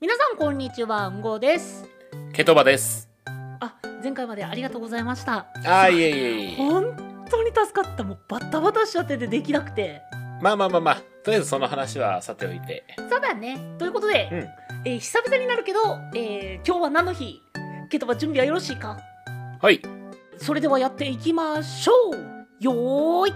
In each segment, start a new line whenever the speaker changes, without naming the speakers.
皆さんこんにちは、んごです。
ケトバです。
あ、前回までありがとうございました。
ああ、いえいえいえ。
本当に助かった。もうバタバタしちゃっててできなくて。
まあまあまあまあ、とりあえずその話はさておいて。
そうだね。ということで、
うん
えー久々になるけど、えー今日は何の日ケトバ準備はよろしいか
はい。
それではやっていきましょうよーい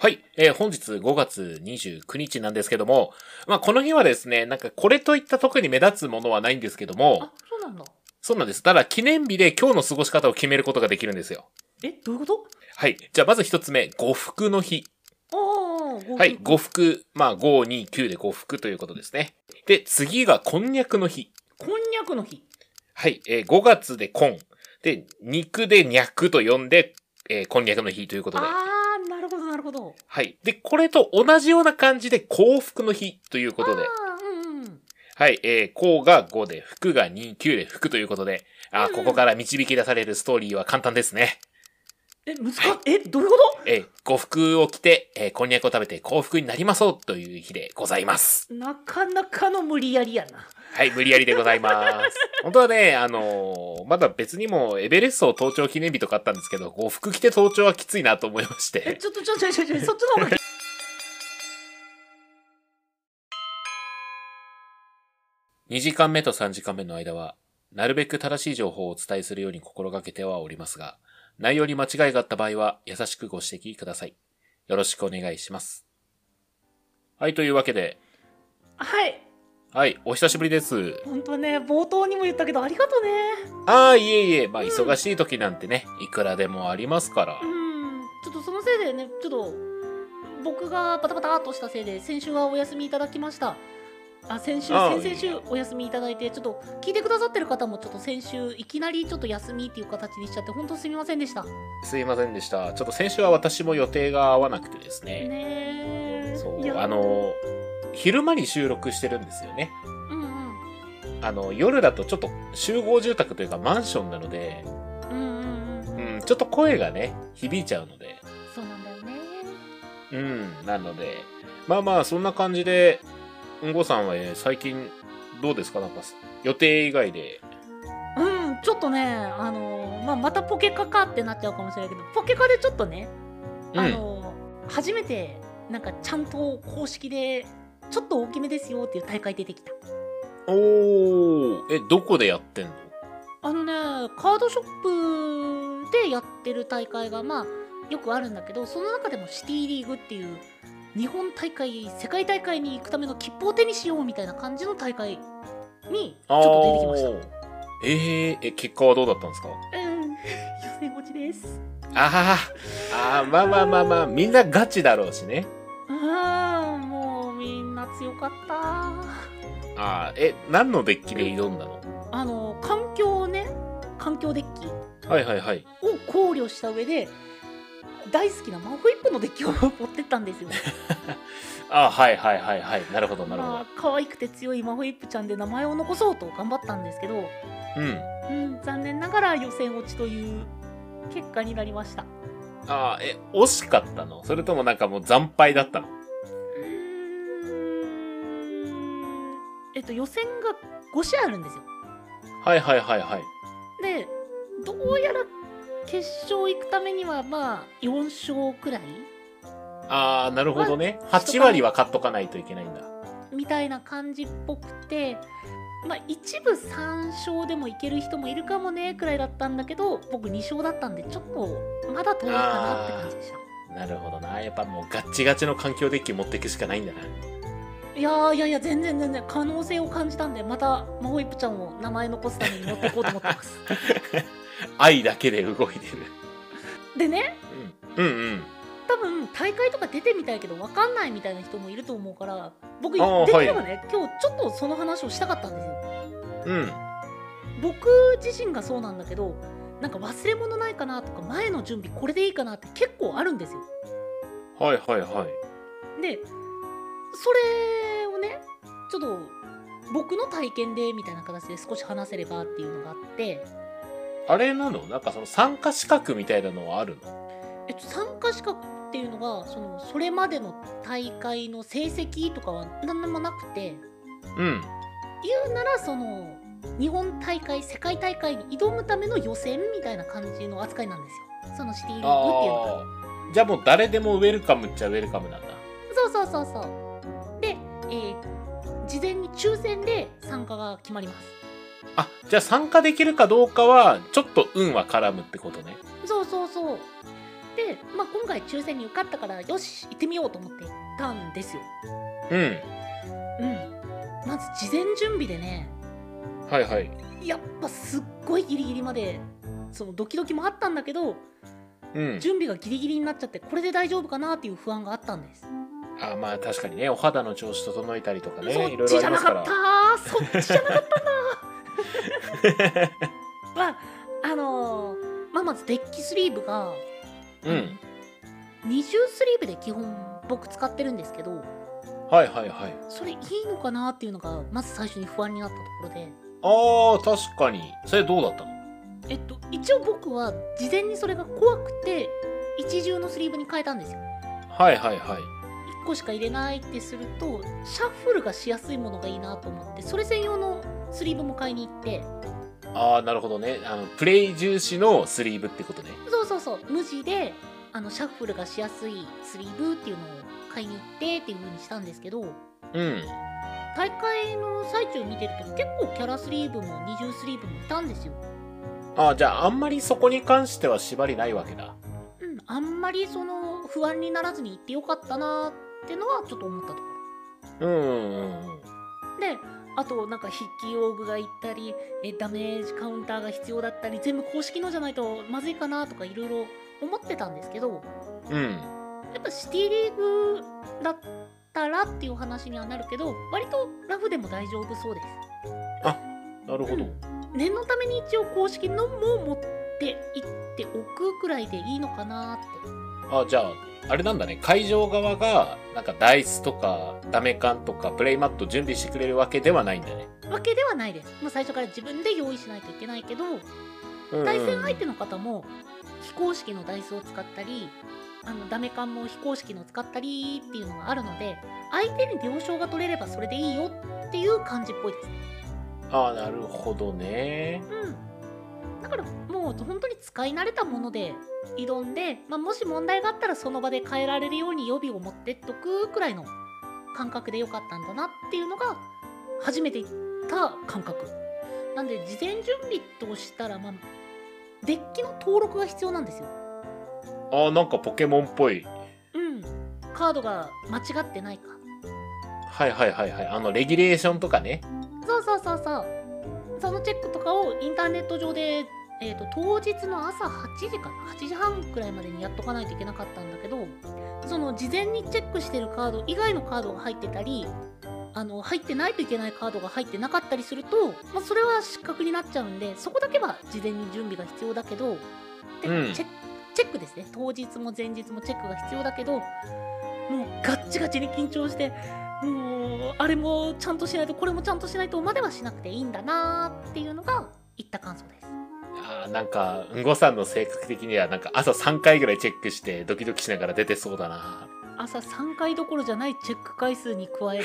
はい。えー本日5月29日なんですけども、まあこの日はですね、なんかこれといった特に目立つものはないんですけども
あ、、そうなんだ。
そうなんです。ただ記念日で今日の過ごし方を決めることができるんですよ。
え、どういうこと
はい。じゃあまず一つ目、五福の日。
ああ、
はい。五福、まあ529で五福ということですね。で、次がこんにゃくの日。
こんにゃくの日。
はい、えー5月でコン。で、肉で脈と呼んで、えーこんにゃくの日ということで。
ああ、なるほど、なるほど。
はい。で、これと同じような感じで幸福の日ということで
あ。ーうんうん。
はい、えー、幸が5で、福が2、9で福ということで。あー、
うんう
こ
ん
こから導き出されるストーリーは簡単ですね。
え、難しい。え、どういうこと
えー、五福を着て、えーこんにゃくを食べて幸福になりまそうという日でございます。
なかなかの無理やりやな。
はい、無理やりでござ います。本当はね、あのーまだ別にもエベレスト登頂記念日とかあったんですけど、五福着て登頂はきついなと思いまして。
え、ちょっとちょっとちょっ とちょっとそっちの方がいい。
2時間目と3時間目の間は、なるべく正しい情報をお伝えするように心がけてはおりますが、内容に間違いがあった場合は、優しくご指摘ください。よろしくお願いします。はい、というわけで、
はい。
はい、お久しぶりです。
本当ね、冒頭にも言ったけどありがとうね。
ああ、いえいえ、まあ、
うん
忙しい時なんてね、いくらでもありますから
う。ん。ちょっとそのせいでね、ちょっと僕がバタバタっとしたせいで先週はお休みいただきました。あ先週、
ああ
先々週お休みいただいて、ちょっと聞いてくださってる方も、ちょっと先週、いきなりちょっと休みっていう形にしちゃって、本当すみませんでした。ね
すいませんでした。ちょっと先週は私も予定が合わなくてですね。
え。
そう
い、や
あ、の、昼間に収録してるんですよね。
うんうん。
あの、夜だとちょっと集合住宅というかマンションなので、
うんうんうん。
うん、ちょっと声がね、響いちゃうので。
そうなんだよね。
うん、なので。まあまあ、そんな感じで、うんごさんは、えー最近、どうですかなんか、予定以外で。
うん、ちょっとね、あのまあ、またポケカかってなっちゃうかもしれないけど、ポケカでちょっとね、
うん
あの初めてなんかちゃんと公式でちょっと大きめですよっていう大会出てきた
おー、え、どこでやってんの
あのねカードショップでやってる大会がまあよくあるんだけどその中でもシティリーグっていう日本大会世界大会に行くための切符を手にしようみたいな感じの大会にちょっと出てきました
た。えー、え、結果はどうだったんですか
うん予選落ちです
あー、あーまあまあまあまあ、みんなガチだろうしね。
うんもうみんな強かった
あー、え、何のデッキで挑んだの
あの環境をね環境デッキ
はいはいはい。
を考慮した上で大好きなマホイップのデッキを持ってったんですよ。
あー、はいはいはいはい。なるほどなるほど
まあ。可愛くて強いマホイップちゃんで名前を残そうと頑張ったんですけど、
うん。
うん、残念ながら予選落ちという結果になりました。
ああ、え、惜しかったのそれともなんかもう惨敗だったの
うーんえっと予選が5試合あるんですよ。
はいはいはいはい。
でどうやら決勝行くためにはまあ4勝くらい
ああ、なるほどね。
まあ
8割は買っとかないといけないんだ。
みたいな感じっぽくて、まあ、一部3勝でもいける人もいるかもねくらいだったんだけど僕2勝だったんでちょっとまだ遠いかなって感じでし
なるほどな。やっぱもうガッチガチの環境デッキ持っていくしかないんだな。
たいやーいやいや全然全然可能性を感じたんでまたマホイップちゃんを名前残すために持っていこうと思ってます
愛だけで動いてる。
でね
うん。うんうん。
多分大会とか出てみたいけど分かんないみたいな人もいると思うから僕で
あー
きればね、今日ちょっとその話をしたかったんですよ
うん。
僕自身がそうなんだけどなんか忘れ物ないかなとか前の準備これでいいかなって結構あるんですよ
はいはいはい。
でそれをねちょっと僕の体験でみたいな形で少し話せればっていうのがあって、
あれなのなんかその参加資格みたいなのはあるの
えっと、参加資格っていうのがそのそれまでの大会の成績とかは何でもなくて
うん。
言うならその日本大会世界大会に挑むための予選みたいな感じの扱いなんですよそのシティリーグっていうのが
ああ。じゃあもう誰でもウェルカムっちゃウェルカムなんだ。
そうそうそうそうで、えー事前に抽選で参加が決まります
あ、じゃあ参加できるかどうかは、ちょっと運は絡むってことね。
そうそうそうで、まあ、今回抽選に受かったからよし行ってみようと思って行ったんですよ
うん。
うんまず事前準備でね
はいはい。
やっぱすっごいギリギリまでそのドキドキもあったんだけど
うん。
準備がギリギリになっちゃってこれで大丈夫かなっていう不安があったんです、
あまあ確かにね、お肌の調子整えたりとかね、い
そ
ろ
っ
いろ
ちじ
あり
ゃ
ま
な
すか
からっ。たそっちじゃなか ったなまああのーまあ、まずデッキスリーブが
うん。
二重スリーブで基本僕使ってるんですけど
はいはいはい。
それいいのかなっていうのがまず最初に不安になったところで
ああ、確かに。それどうだったの
えっと一応僕は事前にそれが怖くて一重のスリーブに変えたんですよ
はいはいはい。
1個しか入れないってするとシャッフルがしやすいものがいいなと思ってそれ専用のスリーブも買いに行って
ああ、なるほどね。あの、プレイ重視のスリーブってことね。
そうそうそう無地であのシャッフルがしやすいスリーブっていうのを買いに行ってっていう風にしたんですけど
うん。
大会の最中見てると結構キャラスリーブも二重スリーブもいたんですよ
ああ、じゃああんまりそこに関しては縛りないわけだ。
うんあんまりその不安にならずに行ってよかったなーってのはちょっと思ったところ
うんうんうん。
であとなんか筆記用具がいったりえダメージカウンターが必要だったり全部公式のじゃないとまずいかなとかいろいろ思ってたんですけど
うん。
やっぱシティリーグだったらっていう話にはなるけど割とラフでも大丈夫そうです
なるほど。
念のために一応公式のも持って行っておくくらいでいいのかなーって
あじゃあ、あれなんだね。会場側が、なんかダイスとか、ダメ缶とか、プレイマット準備してくれるわけではないんだね。
わけではないです、まあ、最初から自分で用意しないといけないけど
うんうん
対戦相手の方も非公式のダイスを使ったりあのダメ缶も非公式の使ったりっていうのがあるので相手に了承が取れればそれでいいよっていう感じっぽいですね
ああ、なるほどね。
うんだからもう本当に使い慣れたもので挑んで、まあ、もし問題があったらその場で変えられるように予備を持ってっとくくらいの感覚でよかったんだなっていうのが初めて行った感覚なんで事前準備としたらまあデッキの登録が必要なんですよ
ああ、なんかポケモンっぽい。
うん、カードが間違ってないか
はいはいはいはい。あの、レギュレーションとかね。
そうそうそうそうそのチェックとかをインターネット上で、えー、と当日の朝8時かな8時半くらいまでにやっとかないといけなかったんだけどその事前にチェックしてるカード以外のカードが入ってたりあの入ってないといけないカードが入ってなかったりすると、まあ、それは失格になっちゃうんでそこだけは事前に準備が必要だけどで、
うん
チェックチェックですね当日も前日もチェックが必要だけどもうガッチガチに緊張してもうあれもちゃんとしないとこれもちゃんとしないとまではしなくていいんだなーっていうのが言った感想です
ああ、なんか、うんごさんの性格的には、なんか朝3回ぐらいチェックして、ドキドキしながら出てそうだな。
朝3回どころじゃないチェック回数に加え て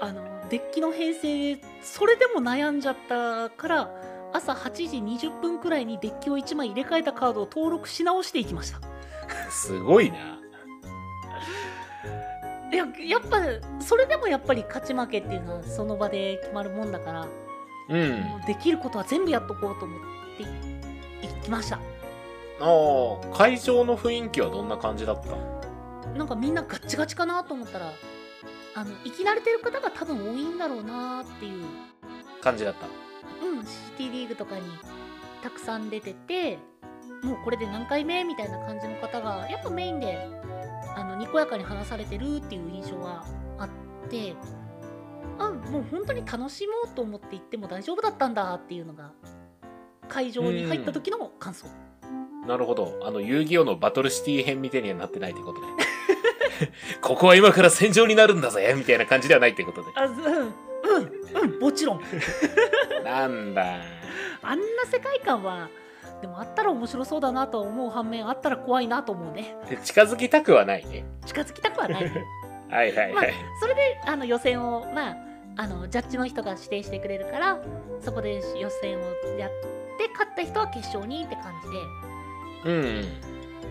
あのデッキの編成それでも悩んじゃったから朝8時20分くらいにデッキを1枚入れ替えたカードを登録し直していきました
すごいな。
いややっぱそれでもやっぱり勝ち負けっていうのはその場で決まるもんだから
うん。
もうできることは全部やっとこうと思ってい行きました
ああ、会場の雰囲気はどんな感じだった
なんかみんなガッチガチかなと思ったらあの生き慣れてる方が多分多いんだろうなっていう
感じだった。
うん、シティリーグとかにたくさん出ててもうこれで何回目みたいな感じの方がやっぱメインであのにこやかに話されてるっていう印象があってあもう本当に楽しもうと思って行っても大丈夫だったんだっていうのが会場に入った時の感想、
なるほど。あの、遊戯王のバトルシティ編みたいにはなってないってこと ね。ここは今から戦場になるんだぜみたいな感じではないってことね。
あずうんうんうんもちろん
なんだ。
あんな世界観はでもあったら面白そうだなとは思う反面あったら怖いなと思うね
近づきたくはないね。
近づきたくはない
はいはい
まあ
はい。、
それであの予選を、まあ、あのジャッジの人が指定してくれるからそこで予選をやって勝った人は決勝にって感じで
うんうん。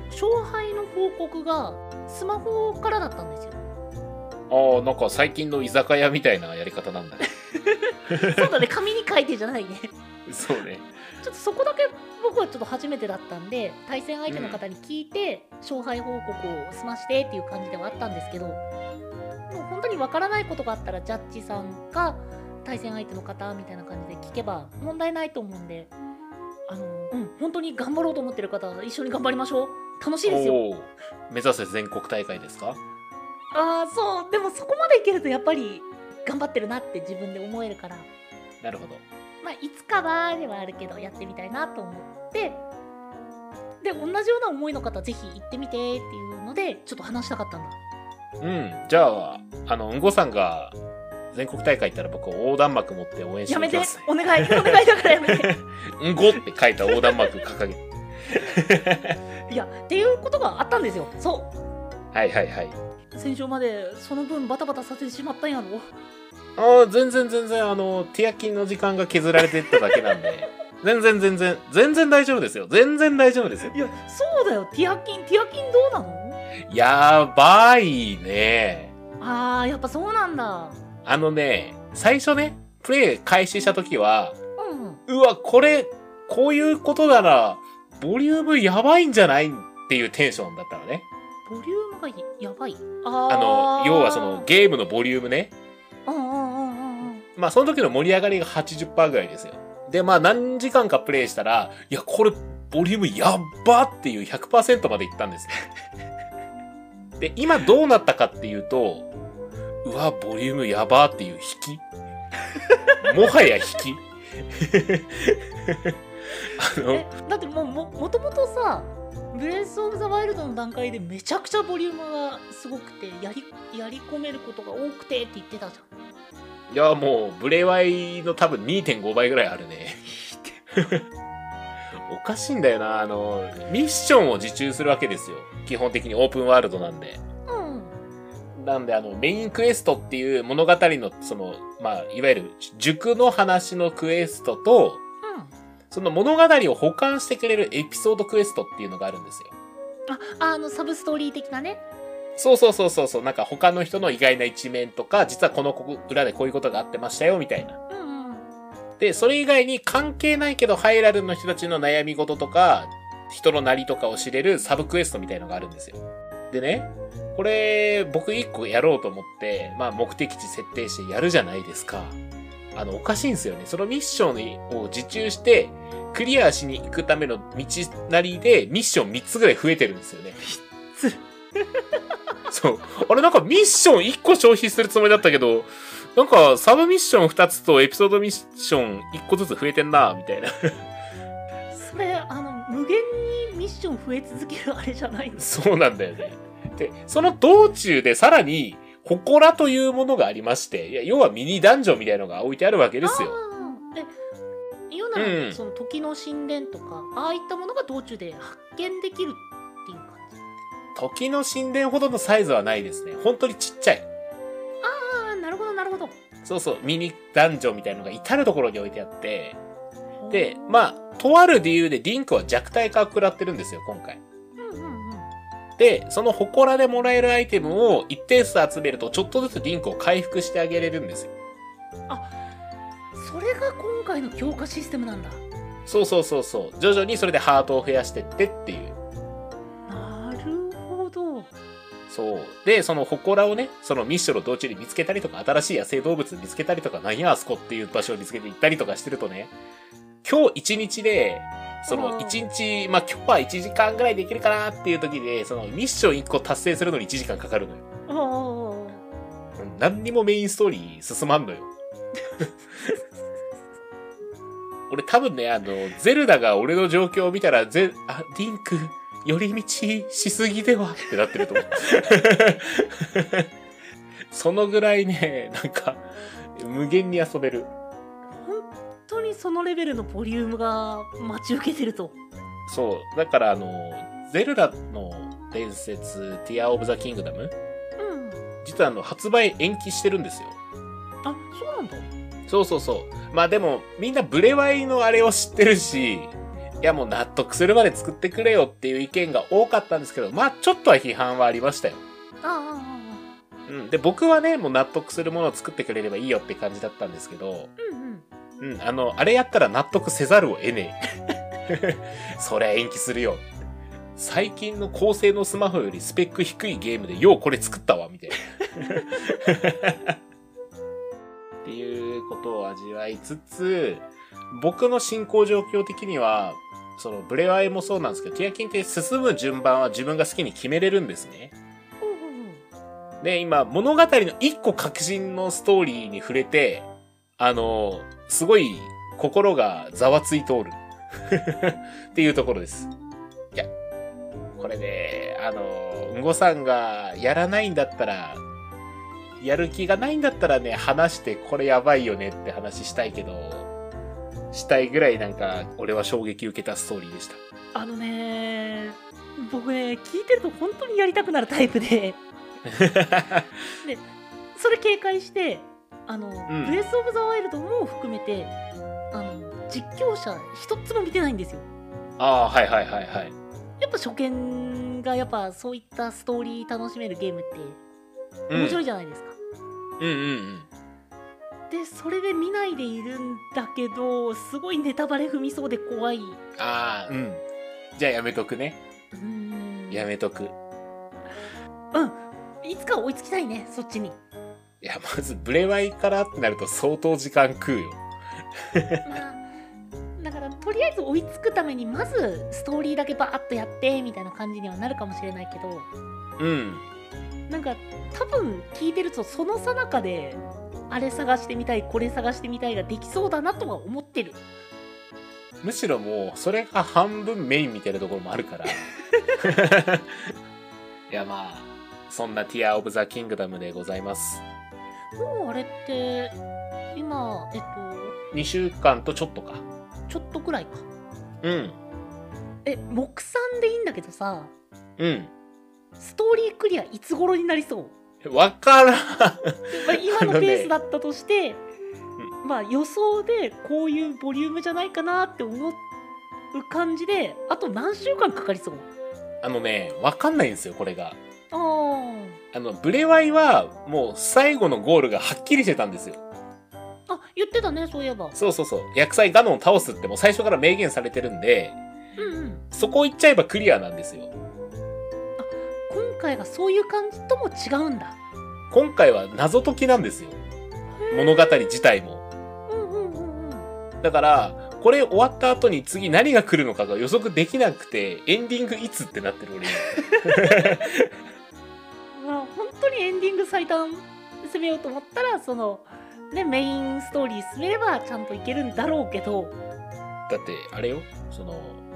勝敗の報告がスマホからだったんですよ
ああ、なんか最近の居酒屋みたいなやり方なんだね。
そうだね紙に書いてじゃないね
そうね。
ちょっとそこだけ僕はちょっと初めてだったんで対戦相手の方に聞いて、勝敗報告を済ましてっていう感じではあったんですけどもう本当にわからないことがあったらジャッジさんか対戦相手の方みたいな感じで聞けば問題ないと思うんであのうん本当に頑張ろうと思ってる方は一緒に頑張りましょう楽しいですよ
おお。目指せ全国大会ですか
ああそうでもそこまでいけるとやっぱり頑張ってるなって自分で思えるから
なるほど。
まあ、いつかはではあるけどやってみたいなと思ってで同じような思いの方ぜひ行ってみてっていうのでちょっと話したかったんだ
うん。じゃあ、あの、うんごさんが全国大会行ったら僕横断幕持って応援して
やめ
み
て
ます。
お願 いお願いだからやめ て
うんごって書いた横断幕掲げて。
いやっていうことがあったんですよそ
はいはいはい。
う先週までその分バタバタさせてしまったんやろ
ああ、全然全然、あの、手焼きの時間が削られてっただけなんで、 全然全然、全然大丈夫ですよ。全然大丈夫ですよ
い。やそうだよティアキンティアキンどうなの
やばいね。
あーやっぱそうなんだ
あのね、最初ね、プレイ開始した時は、
うんうん
うわ、これ、こういうことなら、ボリュームやばいんじゃないっていうテンションだったのね。
ボリュームがやばいあ
あ
ー
の、要はそのゲームのボリュームね。
うんうんうんうんうん
まあその時の盛り上がりが80%ぐらいですよ。で、まあ何時間かプレイしたら、いや、これ、ボリュームやっばっていう100%までいったんです。で、今どうなったかっていうと、うわ、ボリュームやばっていう引き。もはや引き。あの
え、だってもうももともとさブレス・オブ・ザ・ワイルドの段階でめちゃくちゃボリュームがすごくてやりやり込めることが多くてって言ってたじゃん
いや、もう、ブレワイの多分2.5倍ぐらいあるね。 おかしいんだよな。あの、ミッションを受注するわけですよ。基本的にオープンワールドなんで。
うん
なんで、あの、メインクエストっていう物語の、その、まあ、いわゆる、塾の話のクエストと、その物語を補完してくれるエピソードクエストっていうのがあるんですよ。
ああのサブストーリー的なね
そうそうそうそうそう、なんか他の人の意外な一面とか、実はこのここ裏でこういうことがあってましたよ、みたいな。
うんうん
で、それ以外に関係ないけど、ハイラルの人たちの悩み事とか、人のなりとかを知れるサブクエストみたいのがあるんですよ。でね、これ、僕一個やろうと思って、まあ目的地設定してやるじゃないですか。あの、おかしいんですよね。そのミッションを受注して、クリアしに行くための道なりで、ミッション3つぐらい増えてるんですよね。
3
そう。あれなんかミッション1個消費するつもりだったけど、なんかサブミッション2つとエピソードミッション1個ずつ増えてんな、みたいな。
それあの無限にミッション増え続けるあれじゃないの
そうなんだよね。で、その道中でさらに、祠というものがありまして、いや、要はミニダンジョンみたいなのが置いてあるわけですよ。
あーえ言うなら、
うん
その時の神殿とかああいったものが道中で発見できるっていう感じ
時の神殿ほどのサイズはないですね。本当にちっちゃい。
ああなるほどなるほど
そうそう、ミニダンジョンみたいなのが至るところに置いてあって、で、まあ、とある理由でリンクは弱体化を食らってるんですよ、今回。
うんうんうん
で、その祠でもらえるアイテムを一定数集めると、ちょっとずつリンクを回復してあげれるんですよ。
それが今回の強化システムなんだ
そうそうそうそう。徐々にそれでハートを増やしてってっていう。
なるほど
そう。で、その祠をね、そのミッションの道中に見つけたりとか、新しい野生動物見つけたりとか、なんやあそこっていう場所を見つけて行ったりとかしてるとね、今日一日で、そ
うん
の一日、まあ今日は1時間ぐらいできるかなっていう時で、そのミッション1個達成するのに1時間かかるのよ。
おお
うん何にもメインストーリー進まんのよ。 俺多分ね、あの、ゼルダが俺の状況を見たら、ゼ、あ、リンク、寄り道しすぎではってなってると思う。 そのぐらいね、なんか、無限に遊べる。
本当にそのレベルのボリュームが待ち受けてると
そう。だからあの、ゼルダの伝説、ティア・オブ・ザ・キングダム、
うん
実はあの、発売延期してるんですよ。
あそうなんだ
そうそうそう。まあでも、みんなブレワイのあれを知ってるし、いやもう納得するまで作ってくれよっていう意見が多かったんですけど、まあちょっとは批判はありましたよ。
ああ
うん。で、僕はね、もう納得するものを作ってくれればいいよって感じだったんですけど、
ああうんうん
うん、あの、あれやったら納得せざるを得ねえ。 そりゃ延期するよ。最近の高性能スマホよりスペック低いゲームでようこれ作ったわ、みたいな。っていうことを味わいつつ、僕の進行状況的には、そのブレワイもそうなんですけど、ティアキンって進む順番は自分が好きに決めれるんですね。
ほうほうほう
で、今、物語の一個革新のストーリーに触れて、あの、すごい心がざわついておる。 っていうところです。いや、これね、あの、うんごさんがやらないんだったら、やる気がないんだったらね、話してこれやばいよねって話したいけど、したいぐらいなんか、俺は衝撃受けたストーリーでした。
あのね僕ね聞いてると本当にやりたくなるタイプでそれ警戒してあの、
ん
ブレス・オブ・ザ・ワイルドも含めてあの実況者一つも見てないんですよ
ああ、はいはいはいはい。
やっぱ初見がやっぱそういったストーリー楽しめるゲームって
うん
面白いじゃないですか、
うんうんうん。
でそれで見ないでいるんだけどすごいネタバレ踏みそうで怖いう
ああ、うん。じゃあやめとくね。
ーん
やめとく。い
うんいつか追いつきたいねそっち に
や、まず、ブレワイからってなると相当時間食うよ。
まあだからとりあえず追いつくためにまずストーリーだけバーッとやってみたいな感じにはなるかもしれないけど
うん。
なんか多分聞いてるとそのさなかであれ探してみたいこれ探してみたいができそうだなとは思ってる
むしろもう、それが半分メインみたいなところもある から。いや、まあ、そんなティア・オブ・ザ・キングダムでございます。
もうあれって今えっ
2週間とちょっとか。
とちょっとくらいか
うん。
え目算でいいんだけどさ
うん。
ストーリークリアいつ頃になりそう
わからん。
まあ今の
あのね
ペースだったとして、まあ予想でこういうボリュームじゃないかなって思う感じであと何週間かかりそう
あのね、わかんないんですよ、これが。
あー
あの、ブレワイは、もう、最後のゴールがはっきりしてたんですよ。
あ言ってたねそういえば
そうそうそう。薬剤ガノンを倒すってもう最初から明言されてるんで、
うんうん
そこ行っちゃえばクリアなんですよ。
今回がそういう感じとも違うんだ
今回は謎解きなんですよ。物語自体も。
うんうんうんうん
だから、これ終わった後に次何が来るのかが予測できなくて、エンディングいつってなってる俺今。
まあ本当にエンディング最短攻めようと思ったらそのねメインストーリー進めればちゃんといけるんだろうけど
だって、あれよ、その、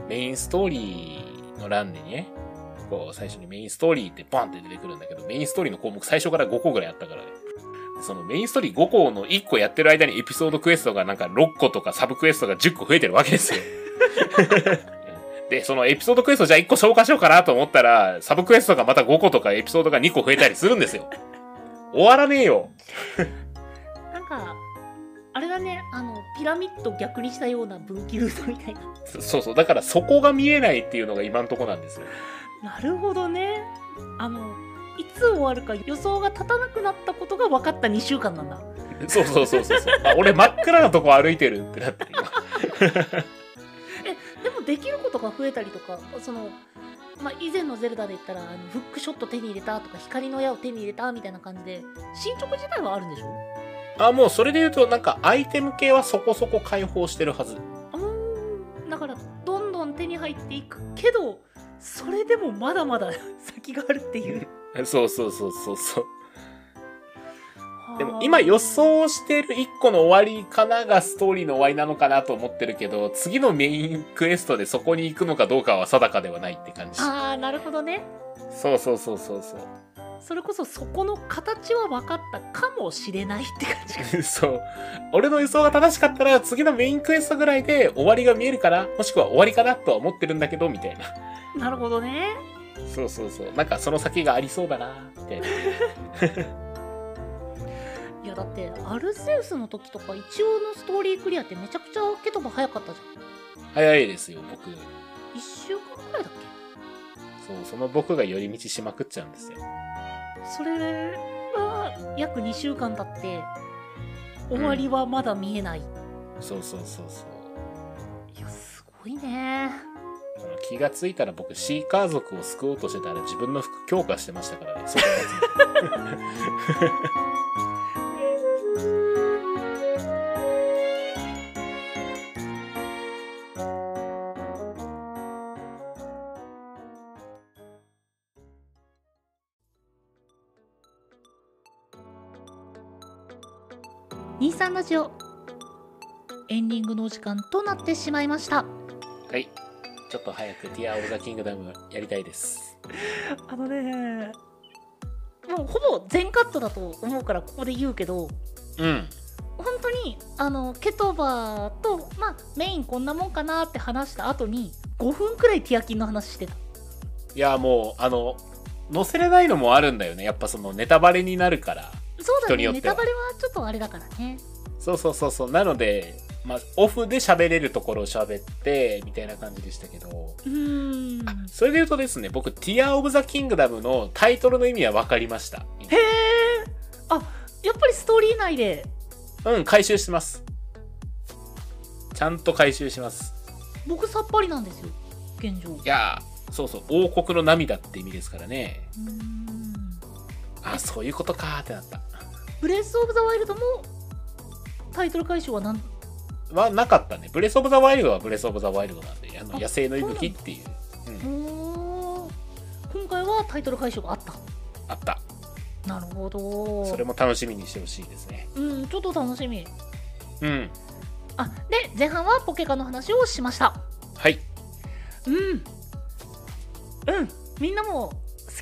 メインストーリーの欄でね、こう、最初にメインストーリーってバンって出てくるんだけど、メインストーリーの項目最初から5個ぐらいあったからね。そのメインストーリー5個の1個やってる間にエピソードクエストがなんか6個とかサブクエストが10個増えてるわけですよ。 で、そのエピソードクエストじゃあ1個消化しようかなと思ったら、サブクエストがまた5個とかエピソードが2個増えたりするんですよ。終わらねえよ。
なんかあれだねあのピラミッド逆にしたような分岐ルートみたいな
そそうそう。だからそこが見えないっていうのが今のとこなんですよ。
なるほどねあのいつ終わるか予想が立たなくなったことが分かった2週間なんだ
そうそうそうそうそう。あ、俺真っ暗なとこ歩いてるってなってる今。
でもできることが増えたりとかその、まあ、以前のゼルダで言ったらあのフックショット手に入れたとか光の矢を手に入れたみたいな感じで進捗自体はあるんでしょ
あ、もうそれで言うとなんかアイテム系はそこそこ解放してるはず。
うーんだからどんどん手に入っていくけどそれでもまだまだ先があるって いう
そうそうそうそうそう。でも今予想してる1個の終わりかながストーリーの終わりなのかなと思ってるけど、次のメインクエストでそこに行くのかどうかは定かではないって感じ。
ああなるほどね
そうそうそうそうそう。
それこそそこの形は分かったかもしれないって感じが
そう。 俺の予想が正しかったら、次のメインクエストぐらいで終わりが見えるから、もしくは終わりかなとは思ってるんだけど、みたいな。
なるほどね
そうそうそう。なんかその先がありそうだな、みたいな。
いいやだってアルセウスの時とか一応のストーリークリアってめちゃくちゃケトバ早かったじゃん
早いですよ、僕。
1週間くらいだっけ
そう、その僕が寄り道しまくっちゃうんですよ。
それが約2週間経って終わりはまだ見えない、
そうそうそうそう。
いやすごいね
あの気がついたら僕、シーカー族を救おうとしてたら自分の服強化してましたからね、そこ
23ラジオエンディングのお時間となってしまいました
はい。ちょっと早くティア・オブ・ザ・キングダムやりたいです。
あのねもうほぼ全カットだと思うからここで言うけど
うん。
本当にあのケトバと、まあ、メインこんなもんかなって話した後に5分くらいティアキンの話してた
いや、もう、あの、載せれないのもあるんだよね。やっぱそのネタバレになるから。
そうだ
人によ
ねネ
っては
タバレはちょっとあれだからね
そうそうそうそう。なので、まあ、オフで喋れるところを喋って、みたいな感じでしたけど。
うーん
あ、それで言うとですね、僕、ティア・オブ・ザ・キングダムのタイトルの意味は分かりました。
へえあやっぱりストーリー内で
うん、回収してます。ちゃんと回収します。
僕さっぱりなんですよ現状う
いやー、そうそう、王国の涙って意味ですからね。
ーん
あ、そういうことかーってなった。
ブレス・オブ・ザ・ワイルドもタイトル回収はなん
はなかったね。ブレス・オブ・ザ・ワイルドはブレス・オブ・ザ・ワイルドなんで、あの
あ
野生の息吹っていう、うん、
おー今回はタイトル回収があった
あった。
なるほど
それも楽しみにしてほしいですね。
うんちょっと楽しみ
うん。
あで前半はポケカの話をしました
はい。
うんうんみんなも好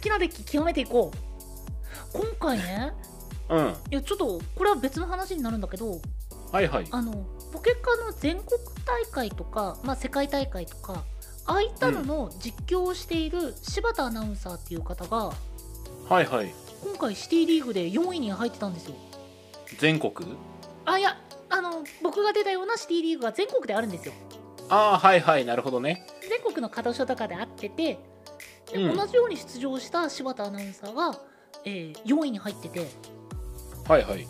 きなデッキ極めていこう今回ね
うん。
いやちょっとこれは別の話になるんだけど
はいはい。
あのポケカの全国大会とか、まあ、世界大会とかあいたのの実況をしている柴田アナウンサーっていう方が
はいはい。
今回シティリーグで4位に入ってたんですよ
全国
あいやあの僕が出たようなシティリーグが全国であるんですよ
ああ、はいはい。なるほどね。
全国の課所とかであってて、で
うん
同じように出場した柴田アナウンサーが、えー4位に入ってて
はいはい。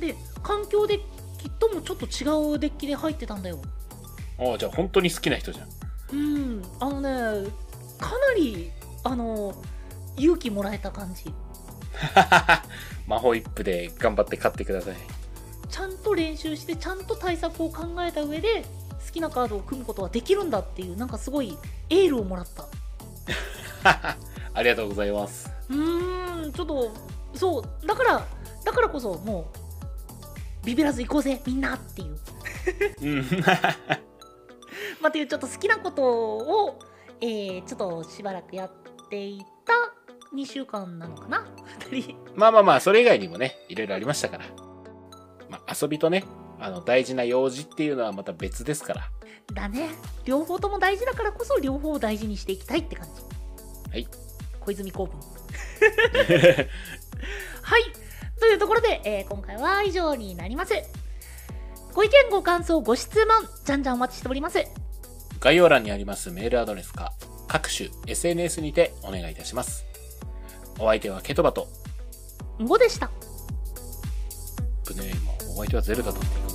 で環境デッキともちょっと違うデッキで入ってたんだよ
ああ、じゃあ本当に好きな人じゃん。
うんあのねかなりあの勇気もらえた感じ
魔法一歩で頑張って勝ってください。
ちゃんと練習してちゃんと対策を考えた上で好きなカードを組むことはできるんだっていうなんかすごいエールをもらった
ありがとうございます。
うーんちょっとそうだからだからこそもうビビらず行こうぜみんなっていう
うん。
まあっていうちょっと好きなことを、えーちょっとしばらくやっていた2週間なのかな2人
まあまあまあ、それ以外にもね、いろいろありましたから。まあ、遊びとね、あの、大事な用事っていうのはまた別ですから。
だね両方とも大事だからこそ両方を大事にしていきたいって感じ
はい
小泉公 文はいというところで、えー今回は以上になりますご意見ご感想ご質問じゃんじゃんお待ちしております
概要欄にありますメールアドレスか、各種 SNS にてお願いいたします。お相手はケトバと、
5でした
ブネイもお相手はゼルダとなっていこう。